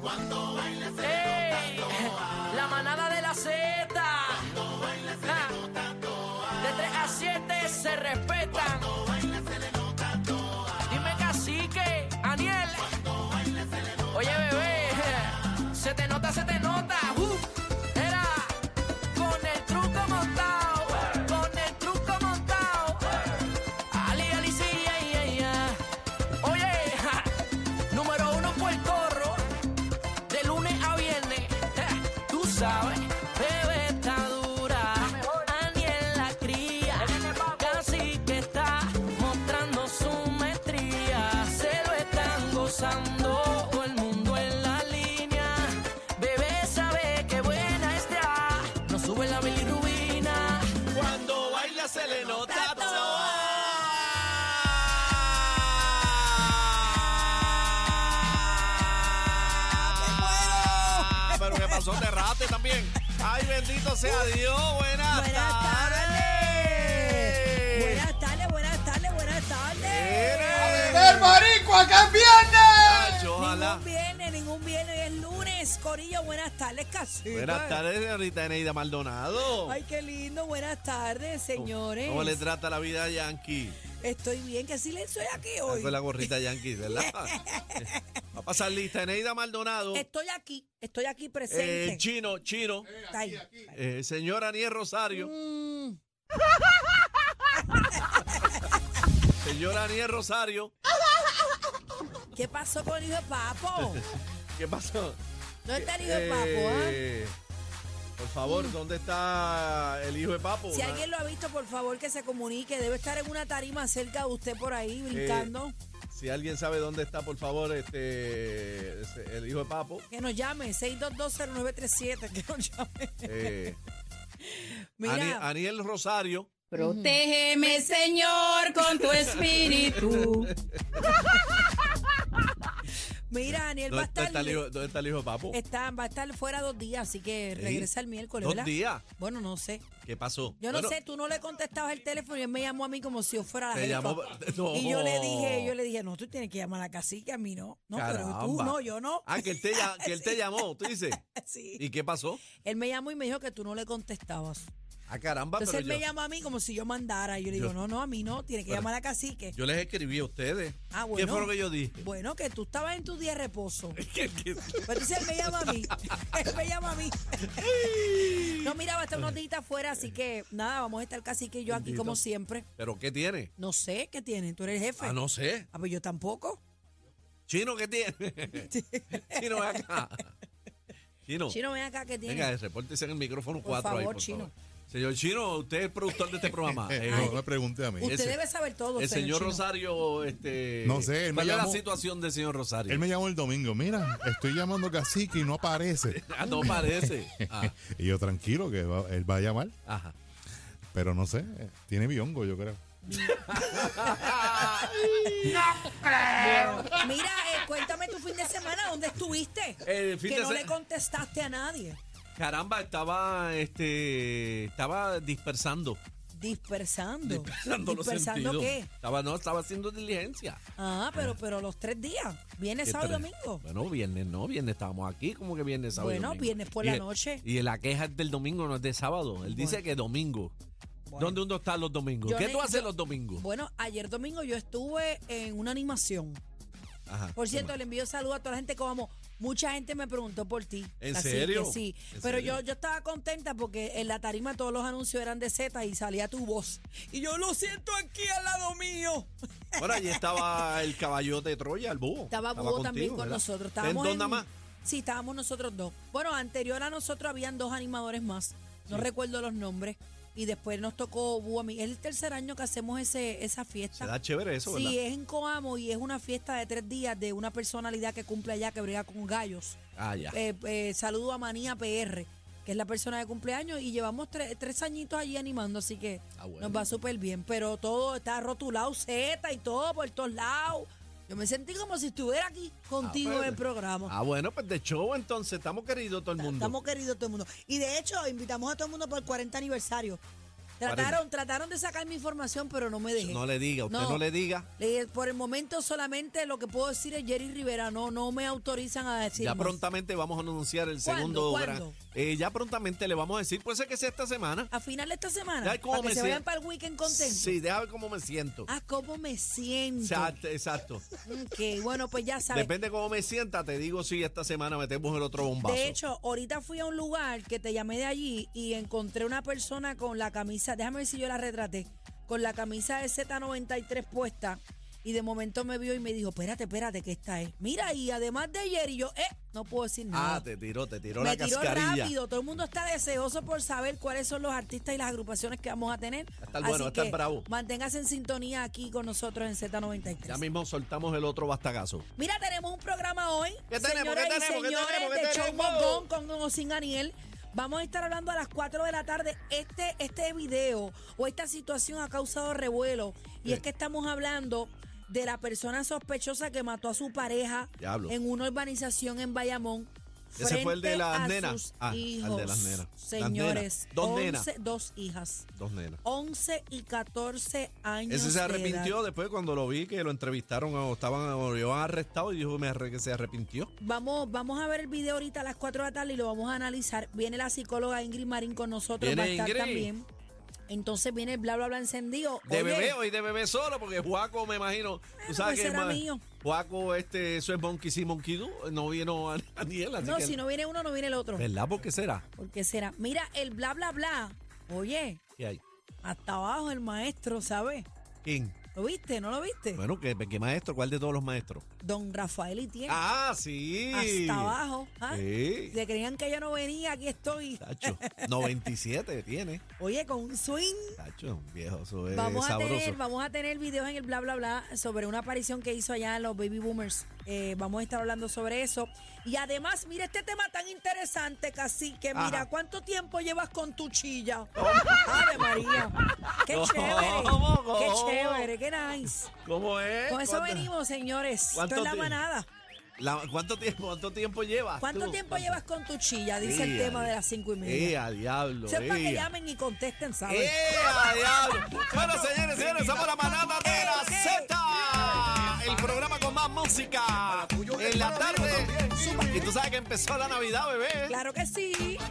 Cuando bailes se ¡Ey! La manada de la Z. Ah. De 3 a 7 se respetan. Dime cacique, Aniel. Oye, bebé. Se te nota, se te nota. Uh. Era con el truco montado. Con el truco montado. Ali, Ali, sí, ay, ay, ay. Oye, ja. número uno fue el corro de lunes a viernes. eh, Tú sabes, bebé está dura. Aniel la cría. Casi que está mostrando su maestría. Se lo están gozando. todo el mundo en la línea. Bebé sabe que buena está. No sube la bilirrubina. Cuando baila se le nota todo. ¡Me Ah, Pero qué pasó, te rate también. Ay, bendito sea Dios. Buenas, Buenas tardes. tardes. Buenas tardes, buenas tardes, buenas tardes. Mire. ¡El marico acá es viernes! Ay, Ojalá. Ningún viernes, ningún viernes, hoy es lunes. Corillo, buenas tardes, casi. Buenas tardes, señorita Eneida Maldonado. Ay, qué lindo, buenas tardes, señores. ¿Cómo le trata la vida a Yankee? Estoy bien, qué silencio hay aquí Está hoy. Con la gorrita Yankee, ¿verdad? Va a pasar lista Eneida Maldonado. Estoy aquí, estoy aquí presente. Eh, chino, chino. Está ahí. Eh, señora Aniel Rosario. Mm, Señora Aniel Rosario. ¿Qué pasó con el hijo de papo? ¿Qué pasó? ¿Dónde está el hijo de papo? ah? Eh, Por favor, ¿dónde está el hijo de Papo? Si alguien lo ha visto, por favor, que se comunique. Debe estar en una tarima cerca de usted por Eh, ahí, brincando. Ah, Si alguien sabe dónde está, por favor, este ese- el hijo de Papo. Que nos llame, 6220937, que nos llame. eh, Mira, Ani- Aniel Rosario. Protégeme, Señor, con tu espíritu. mira, Daniel va a ¿Dónde, dónde estar... está el hijo, dónde está el hijo de Papo? está- va a estar fuera dos días, así que regresa el miércoles, ¿Dos ¿verdad? días? Bueno, no sé. ¿Qué pasó? Yo no Bueno, sé, tú no le contestabas el teléfono y él me llamó a mí como si yo fuera la Te jefa. llamó- No. Y yo le dije, yo le dije, no, tú tienes que llamar a la cacique, a mí no. No, pero tú caramba. no, yo no. Ah, que él te, ll- que él te llamó, tú dices. Sí. ¿Y qué pasó? Él me llamó y me dijo que tú no le contestabas. Ah, caramba, pero Entonces él yo, me llamó a mí como si yo mandara. Yo le digo, Yo- no, no, a mí no, tiene que Pero- llamar a la cacique. yo les escribí a ustedes. Ah, ¿Qué bueno. fue lo que yo dije? Bueno, que tú estabas en tu día de reposo. Pero entonces él me llama a mí. Él me llama a mí. No, mira, va a estar unos días afuera, así que nada, vamos a estar casi que yo aquí Bendito. como siempre. ¿Pero qué tiene? No sé qué tiene, tú eres el jefe. Ah, no sé. Ah, pues yo tampoco. Chino, ¿qué tiene? Chino, ven acá. Chino, Chino, ven acá que tiene. venga, repórtese en el micrófono Por 4 ahí, favor, por Chino. favor. Señor Chino, usted es el productor de este programa. Eh, No me pregunte a mí. Usted ese. debe saber todo, el señor Chino. Rosario, este... No sé, él me ¿Cuál es la llamó. situación del señor Rosario? Él me llamó el domingo. Mira, estoy llamando a Cacique y no aparece. Ah, no parece. Ah, Y yo tranquilo que va- él va a llamar, ajá. pero no sé. eh, Tiene biongo, yo creo. Mira, eh, cuéntame tu fin de semana, ¿dónde estuviste? El fin que de no se- le contestaste a nadie. Caramba, estaba, este, estaba dispersando. Dispersando. Dispersando, los ¿Dispersando sentidos. qué? Estaba, no, estaba haciendo diligencia. Ah, pero, pero los tres días. Viernes, ¿Qué sábado y tres? domingo. Bueno, viernes no, viernes estábamos aquí, como que viernes, sábado. y Bueno, domingo? viernes por Y la el- noche. Y la queja es del domingo, no es de sábado. Él dice que domingo. Bueno. ¿Dónde uno está los domingos? Yo ¿Qué ne- tú haces yo- los domingos? Bueno, ayer domingo yo estuve en una animación. Ajá. Por cierto, le envío saludos a toda la gente que amo. Mucha gente me preguntó por ti. ¿En Así que serio? sí. ¿En Pero serio? yo, yo estaba contenta porque en la tarima todos los anuncios eran de Z y salía tu voz. Y yo lo siento aquí al lado mío. Bueno, allí estaba el caballote de Troya, el búho. Estaba Búho también contigo, con ¿verdad? nosotros. ¿Está en Estábamos dos en- nada más? Sí, estábamos nosotros dos. Bueno, anterior a nosotros habían dos animadores más. No recuerdo los nombres. Y después nos tocó Búho a mí. Es el tercer año que hacemos ese, esa fiesta. Se da chévere eso, ¿verdad? Sí, es en Coamo y es una fiesta de tres días de una personalidad que cumple allá, que brega con gallos. Ah, ya. Eh, eh, saludo a Manía PR, que es la persona de cumpleaños, y llevamos tres, tres añitos allí animando, así que Ah, bueno. nos va súper bien. Pero todo está rotulado, Z y todo, por todos lados. Yo me sentí como si estuviera aquí contigo Ah, en el pues. programa. Ah, pues. bueno, pues de show entonces, estamos queridos todo el mundo. Estamos queridos todo el mundo. Y de hecho, invitamos a todo el mundo por el 40 aniversario. Trataron, trataron de sacar mi información, pero no me dejé. No le diga, usted no, No. le diga. Le- Eh, Por el momento solamente lo que puedo decir es Jerry Rivera. No, no me autorizan a decir. ya más. prontamente vamos a anunciar el ¿Cuándo? segundo gran- ¿Cuándo? Eh, ya prontamente le vamos a decir, puede ser que sea esta semana. A final de esta semana. Ay, cómo para me que se sie- vayan para el weekend contentos. Sí, déjame ver cómo me siento. Ah, cómo me siento. Exacto, exacto. Ok, bueno, pues ya sabes. Depende cómo me sienta, te digo si esta semana metemos el otro bombazo. De hecho, ahorita fui a un lugar que te llamé de allí y encontré una persona con la camisa, déjame ver si yo la retraté, con la camisa de Z93 puesta y de momento me vio y me dijo, espérate, espérate, que esta es. Mira, y además de ayer y yo, eh, no puedo decir nada. ah, te tiró, te tiró me la tiró cascarilla. rápido, todo el mundo está deseoso por saber cuáles son los artistas y las agrupaciones que vamos a tener. Va a estar bueno, va a estar que bravo. Manténgase en sintonía aquí con nosotros en Z93. Ya mismo soltamos el otro bastagazo. Mira, tenemos un programa hoy. ¿Qué tenemos? Señoras ¿Qué y tenemos? ¿Qué señores tenemos? ¿Qué de Show tenemos? Bongón con o sin Aniel. Vamos a estar hablando a las 4 de la tarde. Este, este video o esta situación ha causado revuelo. Y Sí. es que estamos hablando de la persona sospechosa que mató a su pareja Diablo. en una urbanización en Bayamón. Ese fue el de frente las a nenas. sus Ah, el de hijos. las nenas. Las Señores, nenas. Dos once- nenas. dos hijas. Dos nenas. 11 y 14 años. Ese se de edad. arrepintió después cuando lo vi que lo entrevistaron o estaban o lo iban arrestado y dijo me arre- que se arrepintió. Vamos, vamos a ver el video ahorita a las 4 de la tarde y lo vamos a analizar. Viene la psicóloga Ingrid Marín con nosotros, Viene va a estar Ingrid. también. Entonces viene el bla bla bla encendido. De Oye, bebé, hoy de bebé solo, porque Juaco, me imagino. Bueno, ¿Tú sabes pues que será ma- mío. Juaco, este, eso es Monkey sí, Monkey Do. No vino a Daniel, así No, que. si no viene uno, no viene el otro. ¿Verdad? ¿Por qué será? Porque será. Mira, el bla bla bla. Oye, ¿Qué hay? hasta abajo el maestro, ¿sabes? ¿Quién? ¿Lo viste? ¿No lo viste? Bueno, ¿qué, qué maestro? ¿Cuál de todos los maestros? Don Rafael y tiene Ah, sí. Eh, hasta abajo. ¿ah? Sí. Se creían que yo no venía, aquí estoy. Tacho, 97 tiene. Oye, con un swing. Tacho, un viejo, eso es Vamos a, Eh, sabroso. tener, vamos a tener videos en el bla bla bla sobre una aparición que hizo allá en los baby boomers. Eh, vamos a estar hablando sobre eso. Y además, mira este tema tan interesante, cacique. Mira, Ajá. ¿cuánto tiempo llevas con tu chilla? Ave María. Qué ¿Cómo? chévere. ¿Cómo? Qué chévere, qué nice. ¿Cómo es? Con eso Eh, ¿Cuánto- venimos, señores. Esto cuánto es la tiempo? manada. la- ¿cuánto, tiempo, ¿Cuánto tiempo llevas? ¿Cuánto tú? tiempo llevas con tu chilla? Dice el Ea, tema de las cinco y media. ¡Ea, diablo! Sepa que ¡Ea, llamen y contesten, ¿sabes? Eh. ¡Ea, diablo! Bueno, señores, señores, somos la manada de la Eh, Z. El programa con más música. En la tarde. Y tú sabes que empezó la Navidad, bebé. Claro que sí.